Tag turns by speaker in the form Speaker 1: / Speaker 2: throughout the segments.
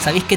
Speaker 1: sabés que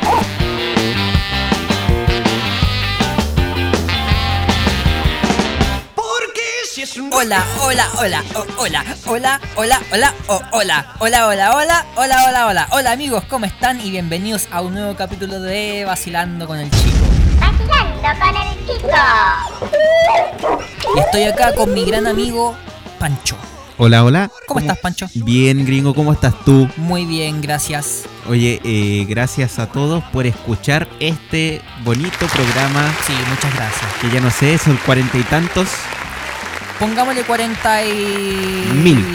Speaker 2: el chico.
Speaker 1: Hola, hola, hola, oh, hola, hola, hola, hola, oh, hola, hola, hola, hola, hola, hola, hola. Hola amigos, ¿cómo están? Y bienvenidos a un nuevo capítulo de Vacilando con el Chico.
Speaker 2: Vacilando con el chico.
Speaker 1: Y estoy acá con mi gran amigo Pancho.
Speaker 3: Hola, hola.
Speaker 1: ¿Cómo estás, Pancho?
Speaker 3: Bien, gringo, ¿cómo estás tú?
Speaker 1: Muy bien, gracias.
Speaker 3: Oye, eh, gracias a todos por escuchar este bonito programa
Speaker 1: Sí, muchas gracias.
Speaker 3: que ya no sé, son cuarenta y tantos.
Speaker 1: Pongámosle 40 y...
Speaker 3: Mil.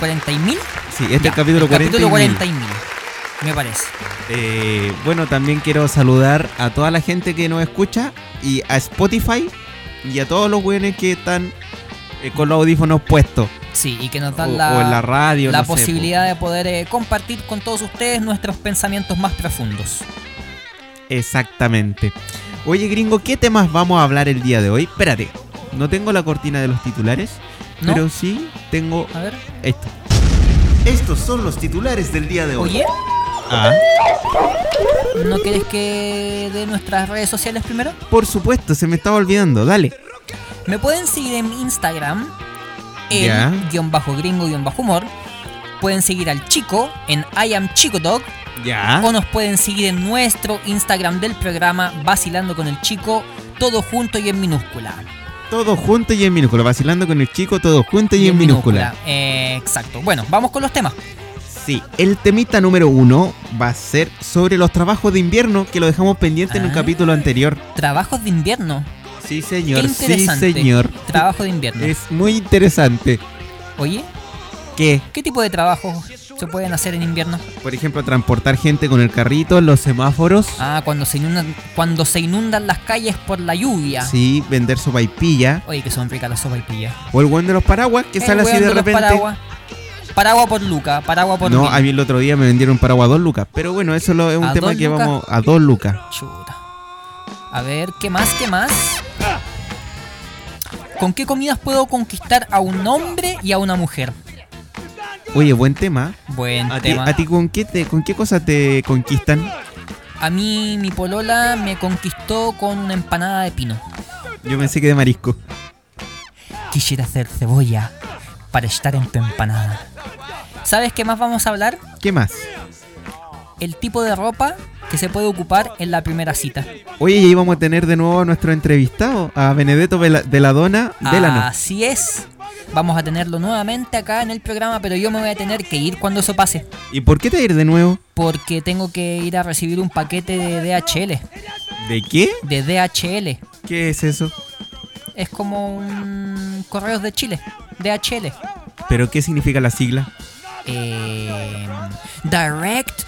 Speaker 1: 40 y mil?
Speaker 3: Sí, este es
Speaker 1: Ya,
Speaker 3: el capítulo
Speaker 1: el capítulo
Speaker 3: 40.
Speaker 1: 40 y mil. Me parece.
Speaker 3: Eh, bueno, también quiero saludar a toda la gente que nos escucha y a Spotify y a todos los güeyes que están eh, con los audífonos puestos.
Speaker 1: Sí, y que nos
Speaker 3: O,
Speaker 1: dan
Speaker 3: o en la radio.
Speaker 1: la
Speaker 3: no sé, po.
Speaker 1: posibilidad de poder eh, compartir con todos ustedes nuestros pensamientos más profundos.
Speaker 3: Exactamente. Oye, gringo, ¿qué temas vamos a hablar el día de hoy? Espérate, no tengo la cortina de los titulares,
Speaker 1: ¿No?
Speaker 3: pero sí tengo
Speaker 1: A ver.
Speaker 3: esto.
Speaker 4: Estos son los titulares del día de hoy.
Speaker 1: Oye,
Speaker 3: Ah,
Speaker 1: ¿no quieres que de nuestras redes sociales primero?
Speaker 3: por supuesto, se me estaba olvidando, dale.
Speaker 1: Me pueden seguir en Instagram, en
Speaker 3: Ya.
Speaker 1: guión bajo gringo guión bajo humor. Pueden seguir al chico en I am Chico Dog.
Speaker 3: Ya.
Speaker 1: O nos pueden seguir en nuestro Instagram del programa Vacilando con el Chico, todo junto y en minúscula.
Speaker 3: Todo junto y en minúscula, vacilando con el chico, todo junto y, en minúscula.
Speaker 1: Eh, exacto. Bueno, vamos con los temas.
Speaker 3: Sí, el temita número uno va a ser sobre los trabajos de invierno que lo dejamos pendiente en un
Speaker 1: Ah.
Speaker 3: capítulo anterior.
Speaker 1: Trabajos de invierno.
Speaker 3: Sí,
Speaker 1: Qué
Speaker 3: señor, sí,
Speaker 1: interesante.
Speaker 3: señor.
Speaker 1: Trabajo de invierno.
Speaker 3: Es muy interesante.
Speaker 1: Oye,
Speaker 3: ¿Qué?
Speaker 1: ¿qué tipo de trabajos se pueden hacer en invierno?
Speaker 3: Por ejemplo, transportar gente con el carrito, los semáforos.
Speaker 1: Ah, cuando se inundan, cuando se inundan las calles por la lluvia.
Speaker 3: Sí, vender sopaipilla.
Speaker 1: Oye, que son ricas las sopaipillas.
Speaker 3: O el weón de los paraguas que
Speaker 1: El
Speaker 3: sale así
Speaker 1: Eh, weón
Speaker 3: de
Speaker 1: los
Speaker 3: repente.
Speaker 1: Paraguas. Paraguas por Luca, paraguas por
Speaker 3: No,
Speaker 1: mil.
Speaker 3: a mí el otro día me vendieron paraguas a dos lucas. Pero bueno, eso lo- es
Speaker 1: ¿A
Speaker 3: un tema
Speaker 1: dos
Speaker 3: que
Speaker 1: lucas?
Speaker 3: vamos a dos lucas.
Speaker 1: Chuta. A ver, ¿qué más? ¿Qué más? ¿Con qué comidas puedo conquistar a un hombre y a una mujer?
Speaker 3: Oye, buen tema.
Speaker 1: Buen
Speaker 3: ¿A ti,
Speaker 1: tema.
Speaker 3: a ti con qué te, con qué cosa te conquistan?
Speaker 1: A mí mi polola me conquistó con una empanada de pino.
Speaker 3: Yo pensé que de marisco.
Speaker 1: Quisiera hacer cebolla para estar en tu empanada. ¿Sabes qué más vamos a hablar?
Speaker 3: ¿Qué más?
Speaker 1: El tipo de ropa que se puede ocupar en la primera cita.
Speaker 3: Oye, y ahí vamos a tener de nuevo a nuestro entrevistado, a Benedetto Vela- de la Dona Delano.
Speaker 1: Así es. Vamos a tenerlo nuevamente acá en el programa, pero yo me voy a tener que ir cuando eso pase.
Speaker 3: ¿Y por qué te ir de nuevo?
Speaker 1: porque tengo que ir a recibir un paquete de DHL.
Speaker 3: ¿De qué?
Speaker 1: De DHL.
Speaker 3: ¿Qué es eso?
Speaker 1: Es como un Correos de Chile. DHL.
Speaker 3: ¿Pero qué significa la sigla?
Speaker 1: Eh, Direct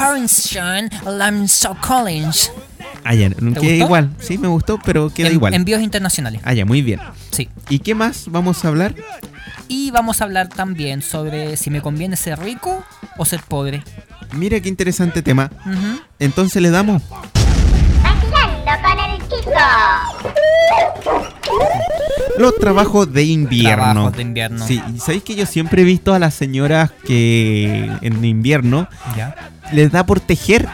Speaker 1: Harrison Lamso Collins.
Speaker 3: Ah, ya, queda
Speaker 1: gustó?
Speaker 3: igual. Sí, me gustó, pero queda
Speaker 1: En-
Speaker 3: igual.
Speaker 1: Envíos internacionales.
Speaker 3: Ah, ya, muy bien.
Speaker 1: Sí.
Speaker 3: ¿Y qué más vamos a hablar?
Speaker 1: Y vamos a hablar también sobre si me conviene ser rico o ser pobre.
Speaker 3: Mira qué interesante tema.
Speaker 1: Ujú.
Speaker 3: Entonces le damos.
Speaker 2: Vacilando con el chico.
Speaker 3: Los trabajos de invierno.
Speaker 1: Trabajos de invierno.
Speaker 3: Sí, y sabéis que yo siempre he visto a las señoras que en invierno
Speaker 1: Ya.
Speaker 3: les da por tejer.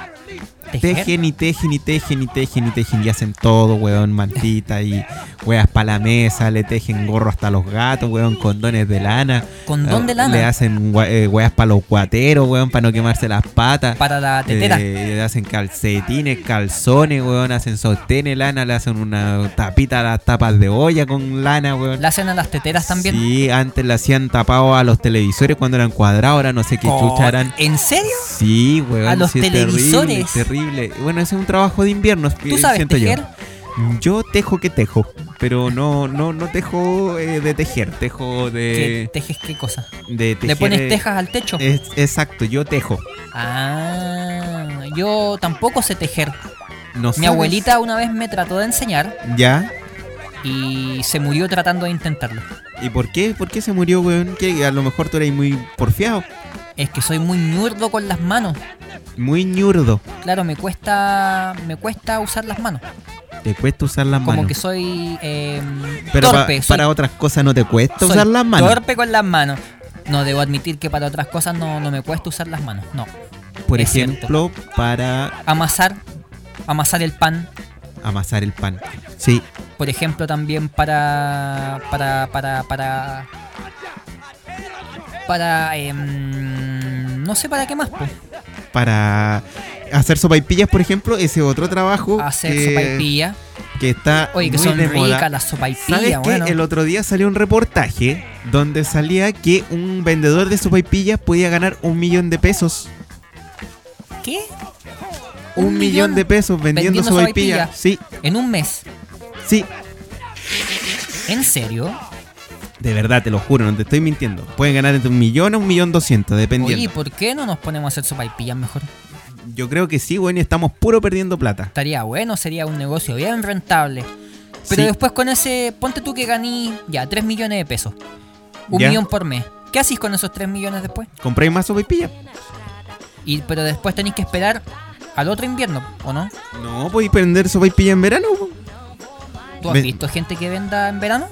Speaker 1: ¿Tejer?
Speaker 3: Tejen y tejen y tejen y tejen y tejen y hacen todo, weón, mantita y weas para la mesa, le tejen gorro hasta los gatos, weón, condones de lana.
Speaker 1: Condón de
Speaker 3: Eh,
Speaker 1: lana.
Speaker 3: Le hacen gua- eh, weas para los cuateros, weón, para no quemarse las patas.
Speaker 1: Para la tetera.
Speaker 3: Eh, le hacen calcetines, calzones, weón, hacen sostenes, lana, le hacen una tapita a las tapas de olla con lana, weón.
Speaker 1: ¿La hacen a las teteras también?
Speaker 3: Sí, antes le hacían tapado a los televisores cuando eran cuadrados, ahora no sé qué
Speaker 1: Con-
Speaker 3: chucha eran.
Speaker 1: ¿En serio?
Speaker 3: Sí, weón.
Speaker 1: A los
Speaker 3: sí, es
Speaker 1: televisores.
Speaker 3: Terrible, terrible. Bueno, ese es un trabajo de invierno, eh,
Speaker 1: ¿Tú sabes
Speaker 3: siento
Speaker 1: tejer?
Speaker 3: yo. Yo tejo que tejo, pero no no no tejo eh, de tejer, tejo
Speaker 1: ¿Qué
Speaker 3: de,
Speaker 1: tejes qué cosa?
Speaker 3: de Eh, tejer.
Speaker 1: ¿Le pones
Speaker 3: eh,
Speaker 1: tejas al techo?
Speaker 3: es- exacto, yo tejo.
Speaker 1: Ah, yo tampoco sé tejer.
Speaker 3: No
Speaker 1: Mi
Speaker 3: sabes-
Speaker 1: abuelita una vez me trató de enseñar
Speaker 3: ¿Ya?
Speaker 1: y se murió tratando de intentarlo.
Speaker 3: ¿Y por qué? ¿Por qué se murió, weón? Que a lo mejor tú eres muy porfiado,
Speaker 1: Es que soy muy ñurdo con las manos.
Speaker 3: muy ñurdo.
Speaker 1: Claro, me cuesta me cuesta usar las manos.
Speaker 3: Te cuesta usar las
Speaker 1: Como
Speaker 3: manos.
Speaker 1: que soy eh,
Speaker 3: pero pa-
Speaker 1: torpe. soy-
Speaker 3: para otras cosas no te cuesta
Speaker 1: soy
Speaker 3: usar las manos.
Speaker 1: Torpe con las manos. No, debo admitir que para otras cosas no, no me cuesta usar las manos. No.
Speaker 3: Por
Speaker 1: es cierto.
Speaker 3: ejemplo, para
Speaker 1: Amasar. Amasar el pan.
Speaker 3: amasar el pan. Sí,
Speaker 1: Por ejemplo, también para. para. para. para. para. em, no sé para qué más, po.
Speaker 3: para hacer sopaipillas, por ejemplo, ese otro trabajo
Speaker 1: Hacer
Speaker 3: Uh, que,
Speaker 1: sopaipilla.
Speaker 3: que está
Speaker 1: Oye, que
Speaker 3: muy
Speaker 1: son
Speaker 3: de moda.
Speaker 1: ricas las
Speaker 3: ¿Sabes
Speaker 1: sopaipillas,
Speaker 3: qué?
Speaker 1: bueno.
Speaker 3: El otro día salió un reportaje donde salía que un vendedor de sopaipillas podía ganar un millón de pesos.
Speaker 1: ¿Qué?
Speaker 3: Un, millón, de pesos vendiendo,
Speaker 1: vendiendo
Speaker 3: sopaipillas. Sí,
Speaker 1: En un mes.
Speaker 3: sí,
Speaker 1: ¿En serio?
Speaker 3: de verdad, te lo juro, no te estoy mintiendo. Pueden ganar entre un millón a un millón doscientos,
Speaker 1: Oye, ¿y
Speaker 3: dependiendo.
Speaker 1: por qué no nos ponemos a hacer sopaipillas mejor?
Speaker 3: Yo creo que sí, bueno, y estamos puro perdiendo plata.
Speaker 1: Estaría bueno, sería un negocio bien rentable. Pero
Speaker 3: Sí.
Speaker 1: después con ese, ponte tú que ganí ya 3 millones de pesos. Un
Speaker 3: Ya.
Speaker 1: millón por mes. ¿Qué haces con esos 3 millones después?
Speaker 3: ¿Compráis más sopaipillas?
Speaker 1: Y, pero después tenéis que esperar al otro invierno, ¿o no?
Speaker 3: No, podéis vender sopaipillas en verano. po.
Speaker 1: ¿Tú has
Speaker 3: Ve-
Speaker 1: visto gente que venda en verano?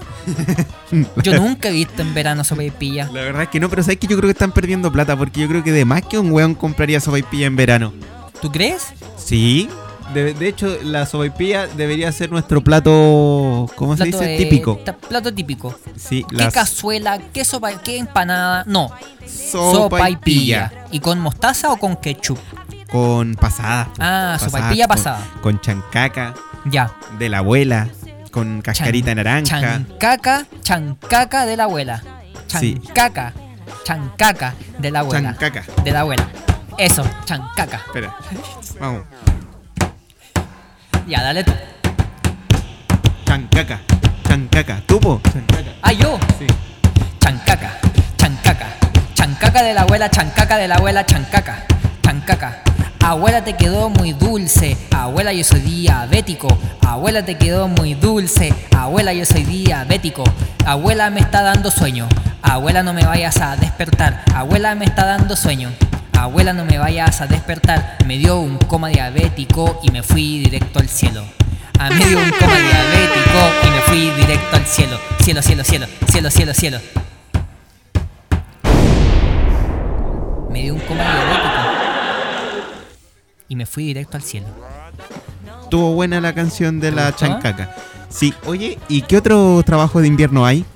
Speaker 1: Yo nunca he visto en verano sopaipilla.
Speaker 3: La verdad es que no, pero sabes que yo creo que están perdiendo plata porque yo creo que de más que un weón compraría sopaipilla en verano.
Speaker 1: ¿Tú crees?
Speaker 3: Sí. De, de hecho, la sopaipilla debería ser nuestro plato, ¿cómo se dice?
Speaker 1: de-
Speaker 3: Típico.
Speaker 1: ta- plato típico.
Speaker 3: Sí,
Speaker 1: ¿Qué cazuela? ¿Qué sopa? ¿Qué empanada? No.
Speaker 3: sopaipilla.
Speaker 1: ¿Y con mostaza o con ketchup?
Speaker 3: Con pasada.
Speaker 1: Ah, sopaipilla
Speaker 3: con-
Speaker 1: pasada.
Speaker 3: Con, chancaca,
Speaker 1: Ya.
Speaker 3: de la abuela, con cascarita naranja.
Speaker 1: Chancaca, chancaca de la abuela.
Speaker 3: Sí.
Speaker 1: Chancaca, chancaca de la abuela.
Speaker 3: Chancaca.
Speaker 1: De la abuela. Eso, chancaca.
Speaker 3: Espera. Vamos.
Speaker 1: Ya, dale tú.
Speaker 3: Chancaca. Chancaca. ¿Tupo? Chancaca.
Speaker 1: ¡Ah, yo!
Speaker 3: Sí.
Speaker 1: Chancaca, chancaca. Chancaca de la abuela, chancaca de la abuela, chancaca. Chancaca. Abuela te quedó muy dulce, abuela yo soy diabético. Abuela te quedó muy dulce, abuela yo soy diabético. Abuela me está dando sueño, abuela no me vayas a despertar. Abuela me está dando sueño, abuela no me vayas a despertar. Me dio un coma diabético y me fui directo al cielo. A mí dio un coma diabético y me fui directo al cielo. Cielo, cielo, cielo, cielo, cielo, cielo. Me dio un coma diabético. Y me fui directo al cielo.
Speaker 3: Estuvo buena la canción de
Speaker 1: ¿Te
Speaker 3: la
Speaker 1: gustó?
Speaker 3: chancaca. Sí, oye, ¿y qué otro trabajo de invierno hay?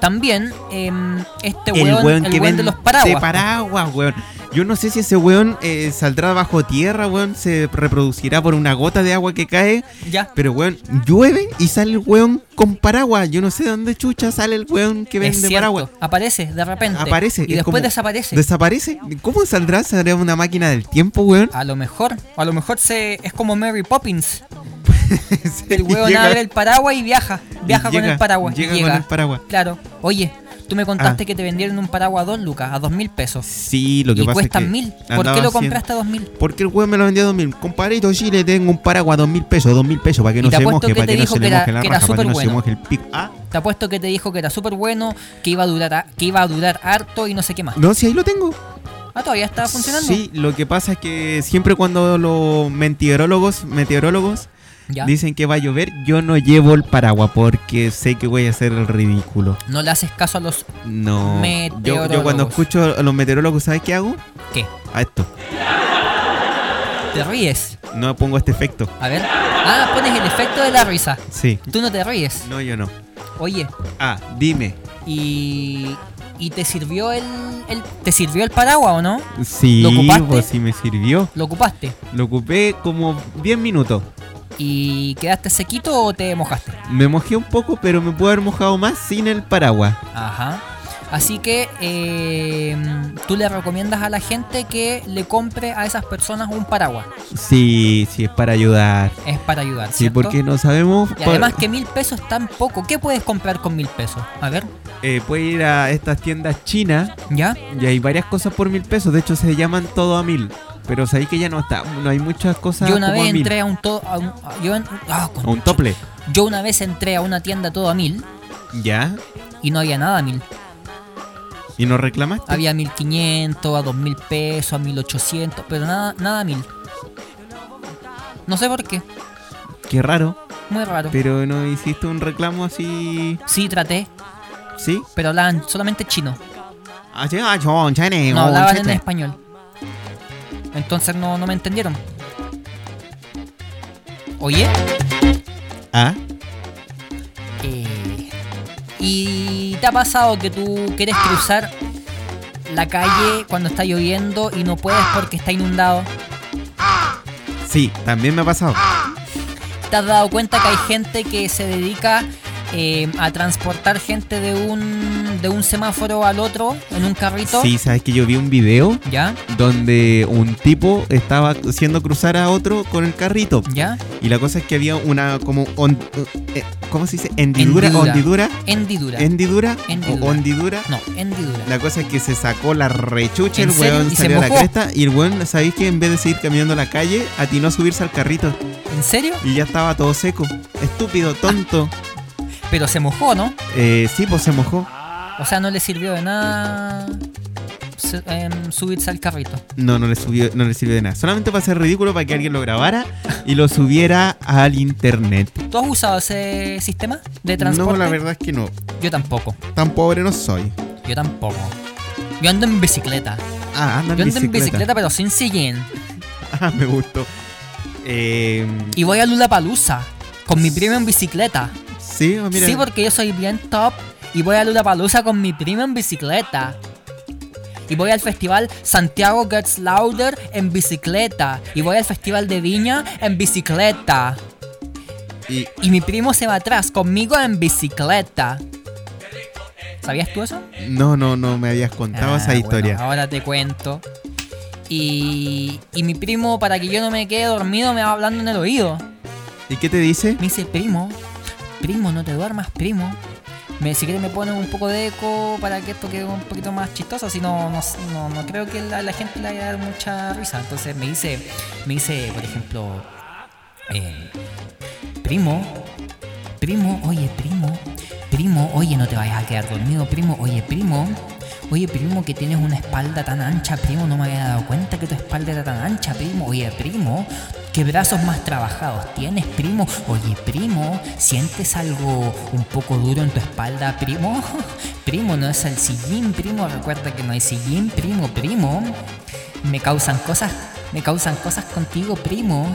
Speaker 1: También, em, este weón, el weón de los paraguas.
Speaker 3: De paraguas, weón. Yo no sé si ese weón eh, saldrá bajo tierra, weón, se reproducirá por una gota de agua que cae.
Speaker 1: Ya.
Speaker 3: Pero, weón, llueve y sale el weón con paraguas. Yo no sé de dónde chucha sale el weón que
Speaker 1: Es
Speaker 3: vende
Speaker 1: cierto,
Speaker 3: paraguas.
Speaker 1: aparece de repente.
Speaker 3: Aparece.
Speaker 1: Y
Speaker 3: es
Speaker 1: después
Speaker 3: como-
Speaker 1: desaparece.
Speaker 3: Desaparece. ¿Cómo saldrá? ¿Saldrá una máquina del tiempo, weón?
Speaker 1: a lo mejor, a lo mejor se es como Mary Poppins.
Speaker 3: Sí,
Speaker 1: El weón
Speaker 3: llega-
Speaker 1: abre el paraguas y viaja. Viaja
Speaker 3: llega-
Speaker 1: con el paraguas.
Speaker 3: Llega, con el paraguas.
Speaker 1: Claro. Oye, tú me contaste
Speaker 3: Ah.
Speaker 1: que te vendieron un paraguas a dos lucas, a dos mil pesos.
Speaker 3: Sí, lo que
Speaker 1: Y
Speaker 3: pasa
Speaker 1: cuestan
Speaker 3: es que
Speaker 1: mil. ¿Por
Speaker 3: andaba
Speaker 1: qué lo
Speaker 3: haciendo-
Speaker 1: compraste a dos mil?
Speaker 3: Porque el weón me lo vendió a 2000. Compadrito, Chile, tengo un paraguas a 2000 pesos, 2000 pesos, para que
Speaker 1: Y
Speaker 3: no
Speaker 1: te
Speaker 3: se
Speaker 1: apuesto
Speaker 3: moje,
Speaker 1: que
Speaker 3: para
Speaker 1: te
Speaker 3: que no
Speaker 1: dijo
Speaker 3: se le
Speaker 1: que era-
Speaker 3: moje la
Speaker 1: que era
Speaker 3: raja, para que no se
Speaker 1: superbueno.
Speaker 3: moje el pico. Ah,
Speaker 1: Te apuesto que te dijo que era súper bueno, que iba a durar a- que iba a durar harto y no sé qué más.
Speaker 3: no, si ahí lo tengo.
Speaker 1: Ah, todavía estaba funcionando.
Speaker 3: Sí, lo que pasa es que siempre cuando los meteorólogos, meteorólogos
Speaker 1: Ya.
Speaker 3: dicen que va a llover, yo no llevo el paraguas porque sé que voy a hacer el ridículo.
Speaker 1: No le haces caso a los
Speaker 3: No. Yo, yo cuando
Speaker 1: Meteorólogos.
Speaker 3: escucho a los meteorólogos, ¿sabes qué hago?
Speaker 1: ¿Qué?
Speaker 3: A esto.
Speaker 1: Te ríes.
Speaker 3: No pongo este efecto.
Speaker 1: A ver. Ah, pones el efecto de la risa.
Speaker 3: Sí.
Speaker 1: Tú no te ríes.
Speaker 3: No, yo no.
Speaker 1: Oye,
Speaker 3: Ah, dime.
Speaker 1: y. ¿Y te sirvió el, el- ¿Te sirvió el paraguas o no?
Speaker 3: Sí,
Speaker 1: ¿Lo ocupaste?
Speaker 3: pues sí me sirvió.
Speaker 1: ¿Lo ocupaste?
Speaker 3: Lo ocupé como 10 minutos.
Speaker 1: ¿Y quedaste sequito o te mojaste?
Speaker 3: Me mojé un poco, pero me puedo haber mojado más sin el paraguas.
Speaker 1: Ajá. Así que eh, tú le recomiendas a la gente que le compre a esas personas un paraguas.
Speaker 3: Sí, sí, es para ayudar.
Speaker 1: Es para ayudar.
Speaker 3: Sí,
Speaker 1: ¿cierto?
Speaker 3: porque no sabemos.
Speaker 1: Y
Speaker 3: por-
Speaker 1: además que mil pesos es tan poco. ¿Qué puedes comprar con mil pesos? A ver,
Speaker 3: eh, puede ir a estas tiendas chinas
Speaker 1: ¿ya?
Speaker 3: y hay varias cosas por mil pesos. De hecho, se llaman todo a mil. Pero sabéis que ya no está. No hay muchas cosas
Speaker 1: Yo una
Speaker 3: como
Speaker 1: vez
Speaker 3: a mil.
Speaker 1: entré a un todo... A un, a- yo, en- ah,
Speaker 3: A un
Speaker 1: concha.
Speaker 3: tople.
Speaker 1: Yo una vez entré a una tienda todo a mil
Speaker 3: Ya.
Speaker 1: y no había nada a mil.
Speaker 3: Y no reclamaste.
Speaker 1: Había 1500, a 2000 pesos, a 1800, pero nada, nada a mil. No sé por qué.
Speaker 3: Qué raro.
Speaker 1: Muy raro.
Speaker 3: Pero no hiciste un reclamo así.
Speaker 1: Sí, traté,
Speaker 3: ¿Sí?
Speaker 1: pero hablaban solamente chino.
Speaker 3: Ah, sí, ah, chon, chane,
Speaker 1: No
Speaker 3: oh,
Speaker 1: hablaban en
Speaker 3: chete.
Speaker 1: español. Entonces no, no me entendieron. Oye,
Speaker 3: Ah,
Speaker 1: eh, ¿y te ha pasado que tú quieres cruzar la calle cuando está lloviendo y no puedes porque está inundado?
Speaker 3: sí, también me ha pasado.
Speaker 1: ¿Te has dado cuenta que hay gente que se dedica eh, a transportar gente de un, de un semáforo al otro en un carrito?
Speaker 3: Sí, sabes que yo vi un video
Speaker 1: ¿Ya?
Speaker 3: donde un tipo estaba haciendo cruzar a otro con el carrito.
Speaker 1: ¿Ya?
Speaker 3: Y la cosa es que había una como on- eh, ¿cómo se dice? Hendidura,
Speaker 1: Hendidura.
Speaker 3: hundidura,
Speaker 1: Hendidura.
Speaker 3: hendidura,
Speaker 1: Hendidura.
Speaker 3: o hundidura.
Speaker 1: no, hendidura.
Speaker 3: La cosa es que se sacó la rechucha
Speaker 1: ¿En
Speaker 3: el
Speaker 1: serio?
Speaker 3: weón,
Speaker 1: ¿Y se
Speaker 3: salió a la
Speaker 1: mojó?
Speaker 3: cresta y el weón, ¿sabéis que en vez de seguir caminando a la calle, atinó a subirse al carrito
Speaker 1: ¿En serio?
Speaker 3: y ya estaba todo seco? Estúpido, tonto.
Speaker 1: Pero se mojó, ¿no?
Speaker 3: Eh, sí, pues se mojó.
Speaker 1: O sea, no le sirvió de nada se- em, subirse al carrito.
Speaker 3: No, no le, subió, no le sirvió de nada. Solamente para ser ridículo, para que alguien lo grabara y lo subiera al internet.
Speaker 1: ¿Tú has usado ese sistema de transporte?
Speaker 3: No, la verdad es que no.
Speaker 1: Yo tampoco.
Speaker 3: Tan pobre no soy.
Speaker 1: Yo tampoco. Yo ando en bicicleta.
Speaker 3: Ah, anda
Speaker 1: Yo
Speaker 3: en
Speaker 1: ando en
Speaker 3: bicicleta.
Speaker 1: bicicleta, pero sin sillín.
Speaker 3: Ah, me gustó. Eh,
Speaker 1: Y voy a Lula Palusa con mi primo en bicicleta.
Speaker 3: sí, ah, mira.
Speaker 1: Sí, porque yo soy bien top y voy a Lula Palusa con mi primo en bicicleta. Y voy al festival Santiago Gets Louder en bicicleta. Y voy al festival de Viña en bicicleta.
Speaker 3: Y-
Speaker 1: Y mi primo se va atrás conmigo en bicicleta. ¿Sabías tú eso?
Speaker 3: no, no, no me habías contado
Speaker 1: Ah,
Speaker 3: esa
Speaker 1: bueno,
Speaker 3: historia.
Speaker 1: ahora te cuento. Y, y mi primo, para que yo no me quede dormido, me va hablando en el oído.
Speaker 3: ¿Y qué te dice?
Speaker 1: Me dice, primo, primo, no te duermas, primo. Me, si quieres me ponen un poco de eco para que esto quede un poquito más chistoso, si no, no, no, no creo que la, la gente le haya dado mucha risa. Entonces me dice, me dice, por ejemplo, eh, primo, primo, oye, primo, primo, oye, no te vayas a quedar dormido, primo, oye, primo. Oye, primo, que tienes una espalda tan ancha, primo, no me había dado cuenta que tu espalda era tan ancha, primo. Oye, primo, qué brazos más trabajados tienes, primo. Oye, primo, ¿sientes algo un poco duro en tu espalda, primo? Primo, no es el sillín, primo, recuerda que no hay sillín, primo, primo. Me causan cosas, me causan cosas contigo, primo.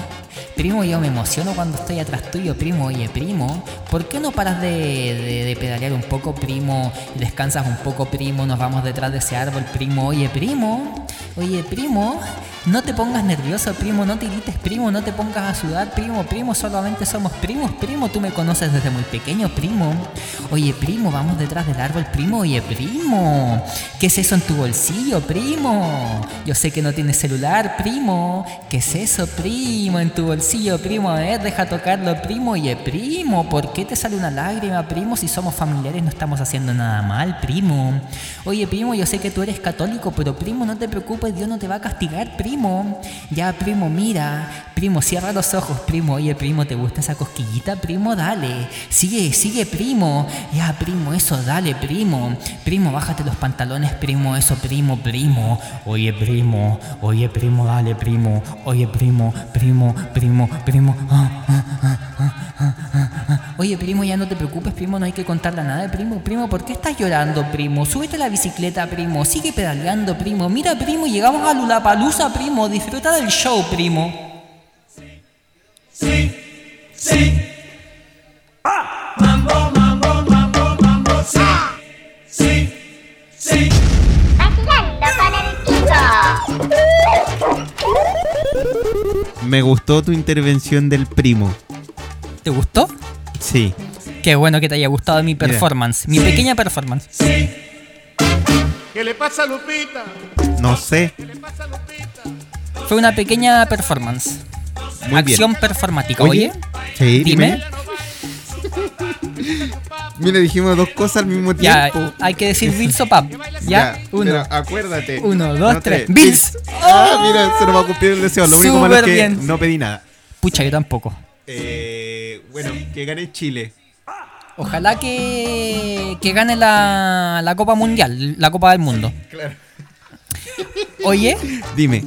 Speaker 1: Primo, yo me emociono cuando estoy atrás tuyo, primo. Oye, primo, ¿por qué no paras de, de- de pedalear un poco, primo? Y descansas un poco, primo. Nos vamos detrás de ese árbol, primo. Oye, primo. Oye, primo. No te pongas nervioso, primo. No te grites, primo. No te pongas a sudar, primo. Primo, solamente somos primos, primo. Tú me conoces desde muy pequeño, primo. Oye, primo, vamos detrás del árbol, primo. Oye, primo. ¿Qué es eso en tu bolsillo, primo? Yo sé que no tienes celular, primo. ¿Qué es eso, primo? En tu bolsillo, primo. A ver, deja tocarlo, primo. Oye, primo, ¿por qué te sale una lágrima, primo? Si somos familiares no estamos haciendo nada mal, primo. Oye, primo, yo sé que tú eres católico, pero primo, no te preocupes, Dios no te va a castigar, primo. Ya, primo, mira. Primo, cierra los ojos, primo. Oye, primo, ¿te gusta esa cosquillita, primo? Dale. Sigue, sigue, primo. Ya, primo, eso, dale, primo. Primo, bájate los pantalones, primo, eso, primo, primo. Oye, primo, oye, primo, dale, primo. Oye, primo, primo, primo, primo. Ah, ah, ah, ah, ah, ah, ah. Oye, primo, ya no te preocupes, primo, no hay que contarle nada, primo. Primo, ¿por qué estás llorando, primo? Súbete a la bicicleta, primo. Sigue pedaleando, primo. Mira, primo, llegamos a Lulapalusa, primo. Disfruta del show, primo.
Speaker 5: sí. Ah. Mambo, mambo, mambo, mambo, sí.
Speaker 6: Ah.
Speaker 5: Sí, sí.
Speaker 2: Vacilando con el chico.
Speaker 3: Me gustó tu intervención del primo.
Speaker 1: ¿Te gustó?
Speaker 3: Sí.
Speaker 1: Qué bueno que te haya gustado mi performance, mi pequeña performance.
Speaker 6: ¿Qué le pasa a Lupita?
Speaker 3: No sé.
Speaker 1: Fue una pequeña performance.
Speaker 3: Muy bien.
Speaker 1: Acción performática, oye.
Speaker 3: Sí,
Speaker 1: Dime.
Speaker 3: Mira, dijimos dos cosas al mismo
Speaker 1: Ya,
Speaker 3: tiempo.
Speaker 1: hay que decir Bills o Pap. Ya,
Speaker 3: pero
Speaker 1: uno.
Speaker 3: acuérdate.
Speaker 1: Uno, dos,
Speaker 3: No,
Speaker 1: tres. Bills.
Speaker 3: Ah, mira, se nos va a cumplir el deseo. Lo único malo es
Speaker 1: Súper
Speaker 3: que
Speaker 1: bien.
Speaker 3: no pedí nada.
Speaker 1: Pucha, yo tampoco.
Speaker 3: Eh, bueno, que gane Chile.
Speaker 1: Ojalá que, que gane la, la Copa Mundial, la Copa del Mundo. Oye,
Speaker 3: Dime.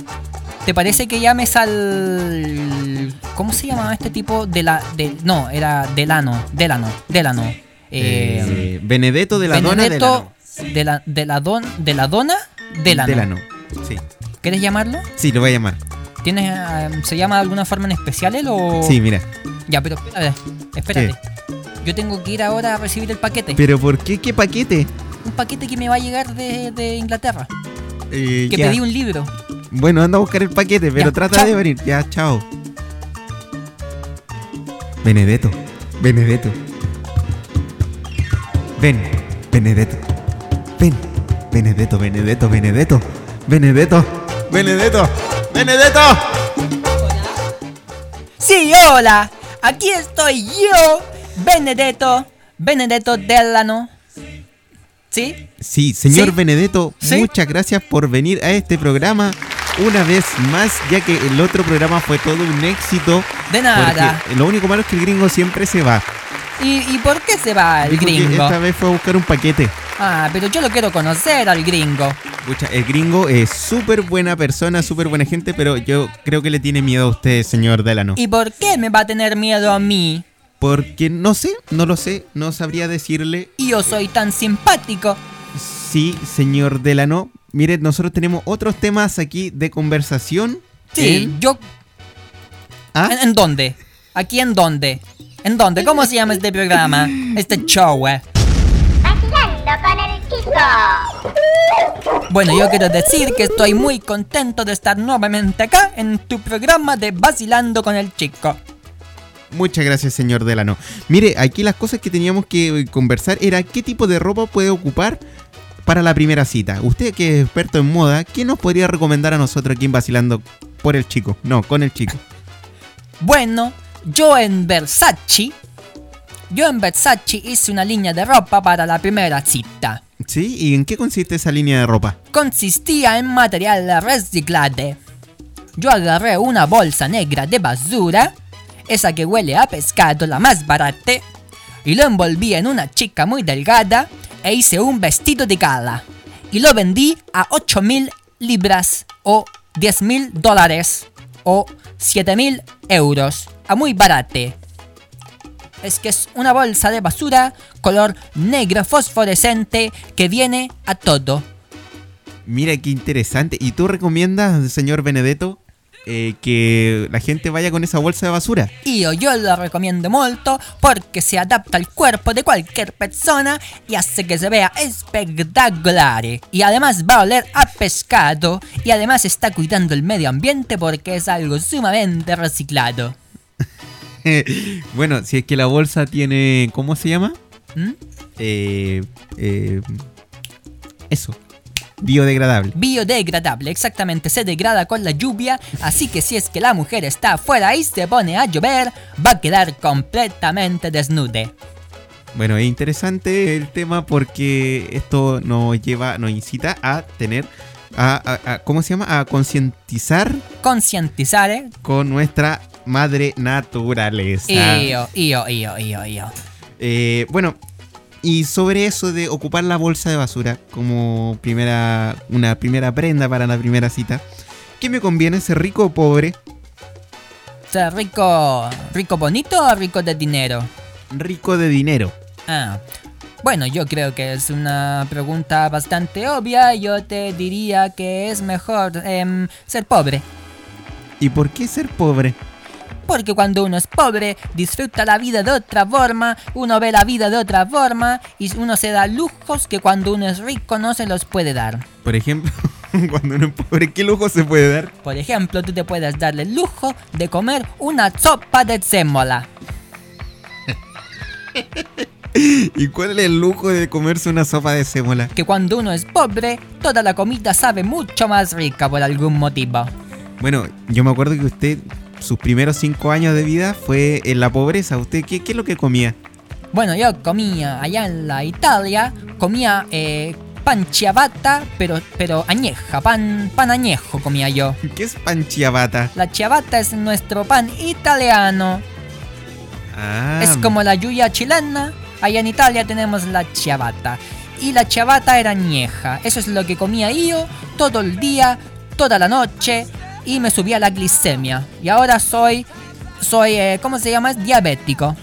Speaker 1: ¿te parece que llames al. ¿Cómo se llamaba este tipo? De la. de- no, era Delano. Delano. Delano. Eh,
Speaker 3: Eh, Benedetto de la
Speaker 1: Benedetto
Speaker 3: Dona
Speaker 1: de la, de la don, de la dona
Speaker 3: Delano.
Speaker 1: Delano.
Speaker 3: Delano. Sí.
Speaker 1: ¿Quieres llamarlo?
Speaker 3: Sí, lo voy a llamar.
Speaker 1: ¿Tienes, eh, ¿Se llama de alguna forma en especial él o.?
Speaker 3: Sí, mira.
Speaker 1: Ya, pero espérate. espérate. Yo tengo que ir ahora a recibir el paquete.
Speaker 3: Pero ¿por qué qué paquete?
Speaker 1: Un paquete que me va a llegar de, de Inglaterra.
Speaker 3: Eh,
Speaker 1: Que
Speaker 3: ya.
Speaker 1: pedí un libro.
Speaker 3: Bueno, anda a buscar el paquete, pero
Speaker 1: Ya,
Speaker 3: trata
Speaker 1: chao.
Speaker 3: de venir. Ya, chao. Benedetto. Benedetto. Ven, Benedetto. Ven, Benedetto, Benedetto, Benedetto. Benedetto. Benedetto. Benedetto.
Speaker 1: Sí, hola. Aquí estoy yo, Benedetto. Benedetto Delano. ¿Sí?
Speaker 3: Sí, señor
Speaker 1: ¿Sí?
Speaker 3: Benedetto,
Speaker 1: ¿Sí?
Speaker 3: muchas gracias por venir a este programa una vez más, ya que el otro programa fue todo un éxito.
Speaker 1: De nada.
Speaker 3: porque lo único malo es que el gringo siempre se va.
Speaker 1: ¿Y, y por qué se va el
Speaker 3: Dijo que
Speaker 1: gringo?
Speaker 3: Esta vez fue a buscar un paquete.
Speaker 1: Ah, pero yo lo quiero conocer al gringo.
Speaker 3: Pucha, el gringo es súper buena persona, súper buena gente, pero yo creo que le tiene miedo a usted, señor Delano.
Speaker 1: ¿Y por qué me va a tener miedo a mí?
Speaker 3: Porque no sé, no lo sé, no sabría decirle.
Speaker 1: Y yo soy tan simpático.
Speaker 3: Sí, señor Delano. Mire, nosotros tenemos otros temas aquí de conversación.
Speaker 1: Sí,
Speaker 3: Eh,
Speaker 1: yo...
Speaker 3: ¿Ah?
Speaker 1: ¿En, en dónde? ¿Aquí en dónde? ¿En dónde? ¿Cómo se llama este programa? Este show, eh.
Speaker 2: Vacilando con el chico.
Speaker 1: Bueno, yo quiero decir que estoy muy contento de estar nuevamente acá en tu programa de Vacilando con el Chico.
Speaker 3: Muchas gracias, señor Delano. Mire, aquí las cosas que teníamos que eh, conversar era qué tipo de ropa puede ocupar para la primera cita. Usted que es experto en moda, ¿qué nos podría recomendar a nosotros aquí en Vacilando por el chico? No, con el chico.
Speaker 1: Bueno, yo en Versace. Yo en Versace hice una línea de ropa para la primera cita.
Speaker 3: ¿Sí? ¿Y en qué consiste esa línea de ropa?
Speaker 1: Consistía en material reciclado. Yo agarré una bolsa negra de basura, esa que huele a pescado, la más barata, y lo envolví en una chica muy delgada e hice un vestido de gala. Y lo vendí a 8.000 libras o 10.000 dólares o 7.000 euros, a muy barate. Es que es una bolsa de basura color negro fosforescente que viene a todo.
Speaker 3: Mira qué interesante. ¿Y tú recomiendas, señor Benedetto, eh, que la gente vaya con esa bolsa de basura?
Speaker 1: Io io lo recomiendo molto perché si adatta al cuerpo di qualche persona e hace che se vea espectacolare. Y además va a oler a pescado y además está cuidando el medio ambiente porque es algo sumamente reciclado.
Speaker 3: bueno, si es que la bolsa tiene... ¿Cómo se llama?
Speaker 1: ¿Mm?
Speaker 3: Eh, eh, eso. Biodegradable.
Speaker 1: Biodegradable, exactamente, se degrada con la lluvia, así que si es que la mujer está afuera y se pone a llover, va a quedar completamente desnude.
Speaker 3: Bueno, es interesante el tema porque esto nos lleva, nos incita a tener... A, a- a- ¿Cómo se llama? A concientizar
Speaker 1: Concientizar, ¿eh?
Speaker 3: con nuestra madre naturaleza.
Speaker 1: Io, io, io, io, io.
Speaker 3: Eh, bueno, y sobre eso de ocupar la bolsa de basura como primera una primera prenda para la primera cita, ¿qué me conviene ser rico o pobre?
Speaker 1: O sea, rico, rico bonito o rico de dinero.
Speaker 3: Rico de dinero.
Speaker 1: Ah, bueno, yo creo que es una pregunta bastante obvia. Yo te diría que es mejor em, ser pobre.
Speaker 3: ¿Y por qué ser pobre?
Speaker 1: Porque cuando uno es pobre, disfruta la vida de otra forma, uno ve la vida de otra forma y uno se da lujos que cuando uno es rico no se los puede dar.
Speaker 3: Por ejemplo, cuando uno es pobre, ¿qué lujo se puede dar?
Speaker 1: Por ejemplo, tú te puedes dar el lujo de comer una sopa de sémola.
Speaker 3: ¿Y cuál es el lujo de comerse una sopa de sémola?
Speaker 1: Que cuando uno es pobre, toda la comida sabe mucho más rica por algún motivo.
Speaker 3: Bueno, yo me acuerdo que usted, sus primeros cinco años de vida fue en la pobreza. ¿Usted qué, qué es lo que comía?
Speaker 1: Bueno, yo comía allá en la Italia, comía eh, pan ciabatta, pero, pero añeja, pan, pan añejo comía yo.
Speaker 3: ¿Qué es panchiabata?
Speaker 1: La ciabatta es nuestro pan italiano.
Speaker 3: Ah,
Speaker 1: Es como la lluvia chilena. Allá en Italia tenemos la ciabatta. Y la ciabatta era añeja. Eso es lo que comía yo todo el día, toda la noche. Y me subía la glicemia. Y ahora soy. Soy. eh, ¿Cómo se llama? Es Diabético.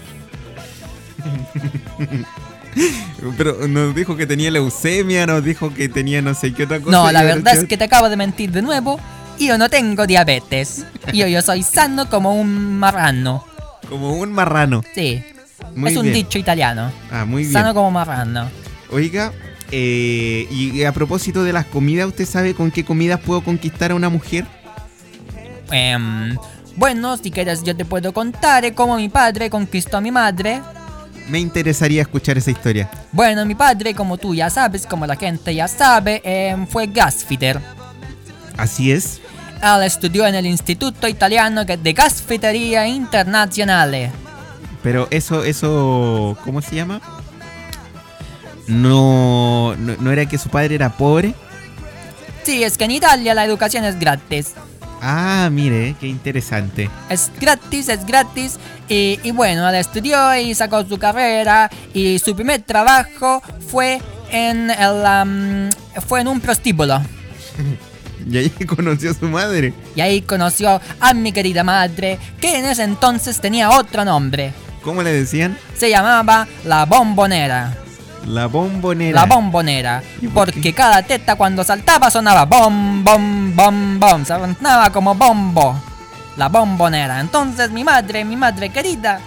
Speaker 3: Pero nos dijo que tenía leucemia, nos dijo que tenía no sé qué otra cosa.
Speaker 1: No, la
Speaker 3: y ahora
Speaker 1: verdad
Speaker 3: yo-
Speaker 1: es que te acabo de mentir de nuevo. Yo no tengo diabetes. Yo, yo soy sano como un marrano.
Speaker 3: Como un marrano.
Speaker 1: Sí.
Speaker 3: Muy
Speaker 1: es un
Speaker 3: bien.
Speaker 1: dicho italiano.
Speaker 3: Ah, muy bien.
Speaker 1: Sano como marrano.
Speaker 3: Oiga, eh, y a propósito de las comidas, ¿usted sabe con qué comidas puedo conquistar a una mujer?
Speaker 1: Em, bueno, si quieres yo te puedo contar eh, cómo mi padre conquistó a mi madre.
Speaker 3: Me interesaría escuchar esa historia.
Speaker 1: Bueno, mi padre, como tú ya sabes, como la gente ya sabe, em, fue gasfitter.
Speaker 3: Así es.
Speaker 1: Él estudió en el Instituto Italiano que- de Gasfitería Internazionale.
Speaker 3: Pero eso, eso, ¿cómo se llama? No, no, no era que su padre era pobre.
Speaker 1: Sí, es que en Italia la educación es gratis.
Speaker 3: Ah, mire, qué interesante.
Speaker 1: Es gratis, es gratis. Y, y bueno, él estudió y sacó su carrera. Y su primer trabajo fue en, el, am, fue en un prostíbulo.
Speaker 3: Y ahí conoció a su madre.
Speaker 1: Y ahí conoció a mi querida madre, que en ese entonces tenía otro nombre.
Speaker 3: ¿Cómo le decían?
Speaker 1: Se llamaba la bombonera.
Speaker 3: La bombonera.
Speaker 1: La bombonera.
Speaker 3: ¿Y por
Speaker 1: Porque cada teta cuando saltaba sonaba bom, bom, bom, bom. Sonaba como bombo. La bombonera. Entonces mi madre, mi madre querida,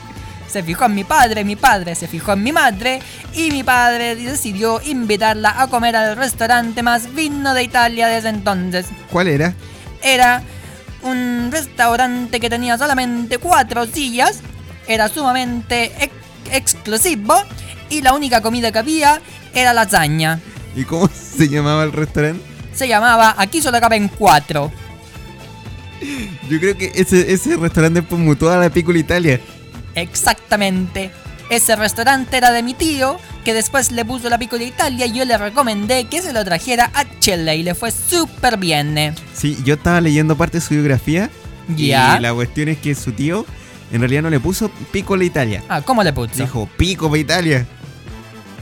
Speaker 1: se fijó en mi padre, mi padre se fijó en mi madre. Y mi padre decidió invitarla a comer al restaurante más fino de Italia desde entonces.
Speaker 3: ¿Cuál era?
Speaker 1: era un restaurante que tenía solamente cuatro sillas, era sumamente ex- exclusivo y la única comida que había era lasaña.
Speaker 3: ¿Y cómo se llamaba el restaurante?
Speaker 1: Se llamaba Aquí solo caben cuatro.
Speaker 3: Yo creo que ese, ese restaurante después mutó a la Piccola Italia.
Speaker 1: Exactamente. Ese restaurante era de mi tío, que después le puso la piccola Italia y yo le recomendé que se lo trajera a Chile y le fue súper bien.
Speaker 3: Sí, yo estaba leyendo parte de su biografía.
Speaker 1: Ya.
Speaker 3: Y la cuestión es que su tío en realidad no le puso Piccola Italia.
Speaker 1: Ah, ¿cómo le puso?
Speaker 3: Dijo Pico para Italia.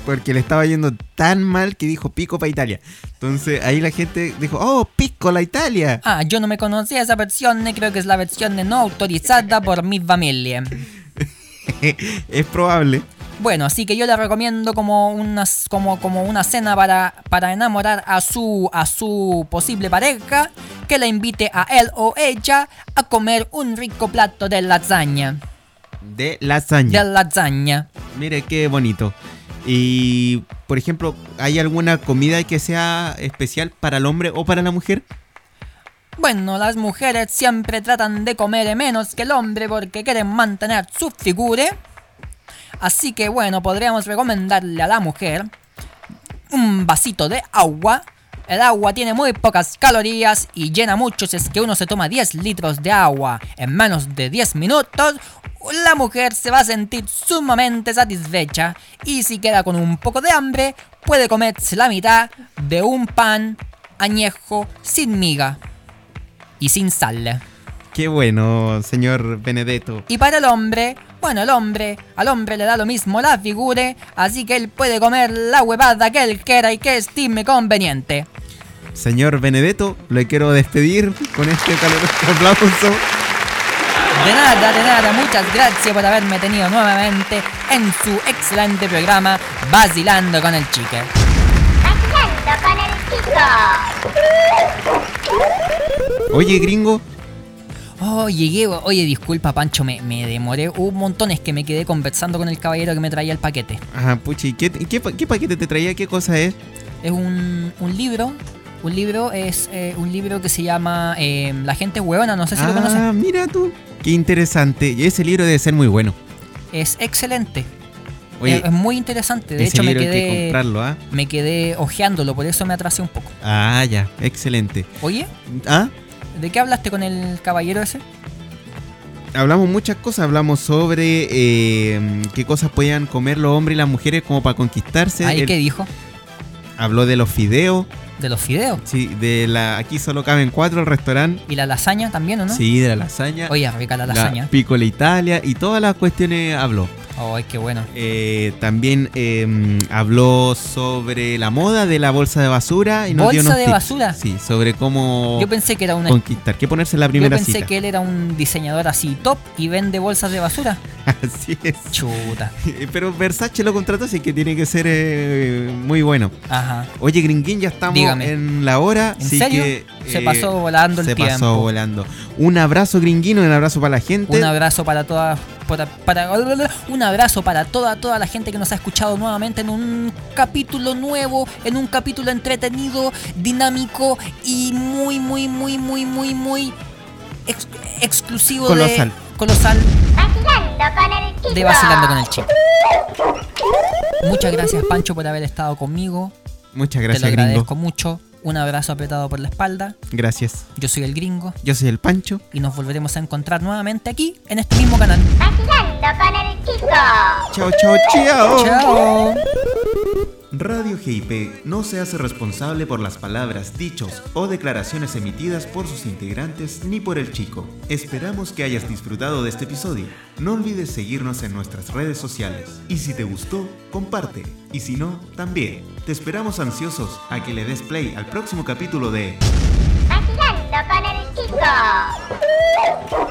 Speaker 3: Porque le estaba yendo tan mal que dijo Pico para Italia. Entonces ahí la gente dijo, oh, Piccola Italia.
Speaker 1: Ah, yo no me conocía esa versión, creo que es la versión no autorizada por mi familia.
Speaker 3: es probable.
Speaker 1: Bueno, así que yo le recomiendo como una, como, como una cena para, para enamorar a su, a su posible pareja, que la invite a él o ella a comer un rico plato de lasaña.
Speaker 3: De lasaña.
Speaker 1: De lasaña.
Speaker 3: Mire qué bonito. Y, por ejemplo, ¿hay alguna comida que sea especial para el hombre o para la mujer?
Speaker 1: Bueno, las mujeres siempre tratan de comer menos que el hombre porque quieren mantener su figura. Así que bueno, podríamos recomendarle a la mujer un vasito de agua. El agua tiene muy pocas calorías y llena mucho si es que uno se toma 10 litros de agua en menos de 10 minutos. La mujer se va a sentir sumamente satisfecha y si queda con un poco de hambre puede comerse la mitad de un pan añejo sin miga y sin sal.
Speaker 3: Qué bueno, señor Benedetto.
Speaker 1: Y para el hombre, bueno, el hombre, al hombre le da lo mismo la figura, así que él puede comer la huevada que él quiera y que estime conveniente.
Speaker 3: Señor Benedetto, le quiero despedir con este caluroso aplauso.
Speaker 1: De nada, de nada, muchas gracias por haberme tenido nuevamente en su excelente programa Vacilando con el Chique.
Speaker 2: Vacilando con el chico.
Speaker 3: Oye, gringo,
Speaker 1: Oh, llegué. Oye, disculpa, Pancho, me, me demoré un montón. Es que me quedé conversando con el caballero que me traía el paquete.
Speaker 3: Ajá, pucha, ¿y qué, qué, pa- qué paquete te traía? ¿Qué cosa es?
Speaker 1: Es un, un libro. Un libro es eh, un libro que se llama eh, La gente huevona, no sé si lo
Speaker 3: ah,
Speaker 1: conoces.
Speaker 3: mira tú. Qué interesante. Y ese libro debe ser muy bueno.
Speaker 1: Es excelente.
Speaker 3: Oye,
Speaker 1: es, es muy interesante. Eh, De
Speaker 3: ese
Speaker 1: hecho, me
Speaker 3: libro hay que
Speaker 1: quedé,
Speaker 3: comprarlo, ¿ah?
Speaker 1: me quedé ojeándolo, por eso me atrasé un poco.
Speaker 3: Ah, ya, excelente.
Speaker 1: Oye,
Speaker 3: Ah,
Speaker 1: ¿de qué hablaste con el caballero ese?
Speaker 3: hablamos muchas cosas. Hablamos sobre eh, qué cosas podían comer los hombres y las mujeres como para conquistarse.
Speaker 1: Ahí
Speaker 3: Él
Speaker 1: que dijo,
Speaker 3: Habló de los fideos.
Speaker 1: de los fideos.
Speaker 3: Sí, de la. Aquí solo caben cuatro el restaurante.
Speaker 1: Y la lasaña también, ¿o no?
Speaker 3: Sí, de la lasaña.
Speaker 1: Oye, rica la lasaña.
Speaker 3: Picola Italia y todas las cuestiones habló.
Speaker 1: Ay, qué bueno.
Speaker 3: Eh, también eh, habló sobre la moda de la bolsa de basura y nos
Speaker 1: ¿Bolsa
Speaker 3: dio unos
Speaker 1: de
Speaker 3: tips.
Speaker 1: basura?
Speaker 3: Sí, sobre cómo
Speaker 1: Yo pensé que era una...
Speaker 3: conquistar, qué ponerse en la
Speaker 1: Yo
Speaker 3: Oh, primera
Speaker 1: pensé
Speaker 3: cita.
Speaker 1: que él era un diseñador así top y vende bolsas de basura.
Speaker 3: Así es.
Speaker 1: Chuta.
Speaker 3: Pero Versace lo contrató, así que tiene que ser eh, muy bueno.
Speaker 1: Ajá.
Speaker 3: Oye, Gringuín, ya estamos
Speaker 1: Dígame.
Speaker 3: en la hora.
Speaker 1: ¿En
Speaker 3: así
Speaker 1: serio?
Speaker 3: que,
Speaker 1: Se
Speaker 3: eh,
Speaker 1: pasó volando el
Speaker 3: se
Speaker 1: tiempo.
Speaker 3: pasó volando. Un abrazo, Gringuino, un abrazo para la gente.
Speaker 1: Un abrazo para toda para, para- un abrazo para toda toda la gente que nos ha escuchado nuevamente en un capítulo nuevo, en un capítulo entretenido, dinámico y muy muy muy muy muy muy ex- exclusivo
Speaker 3: Colosal.
Speaker 1: de colosal
Speaker 2: Vacilando con el chico.
Speaker 1: de vacilando con el chico. Muchas gracias Pancho por haber estado conmigo.
Speaker 3: Muchas
Speaker 1: Te
Speaker 3: gracias,
Speaker 1: lo
Speaker 3: Gringo.
Speaker 1: agradezco mucho. Un abrazo apretado por la espalda.
Speaker 3: Gracias.
Speaker 1: Yo soy el gringo
Speaker 3: Yo soy el Pancho.
Speaker 1: y nos volveremos a encontrar nuevamente aquí en este mismo canal.
Speaker 2: Vacilando con el chico.
Speaker 3: Chao, chao, chao.
Speaker 1: Chao.
Speaker 4: Radio GIP no se hace responsable por las palabras, dichos o declaraciones emitidas por sus integrantes ni por el chico. Esperamos que hayas disfrutado de este episodio. No olvides seguirnos en nuestras redes sociales. Y si te gustó, comparte. Y si no, también. Te esperamos ansiosos a que le des play al próximo capítulo de
Speaker 2: Vacilando con el chico.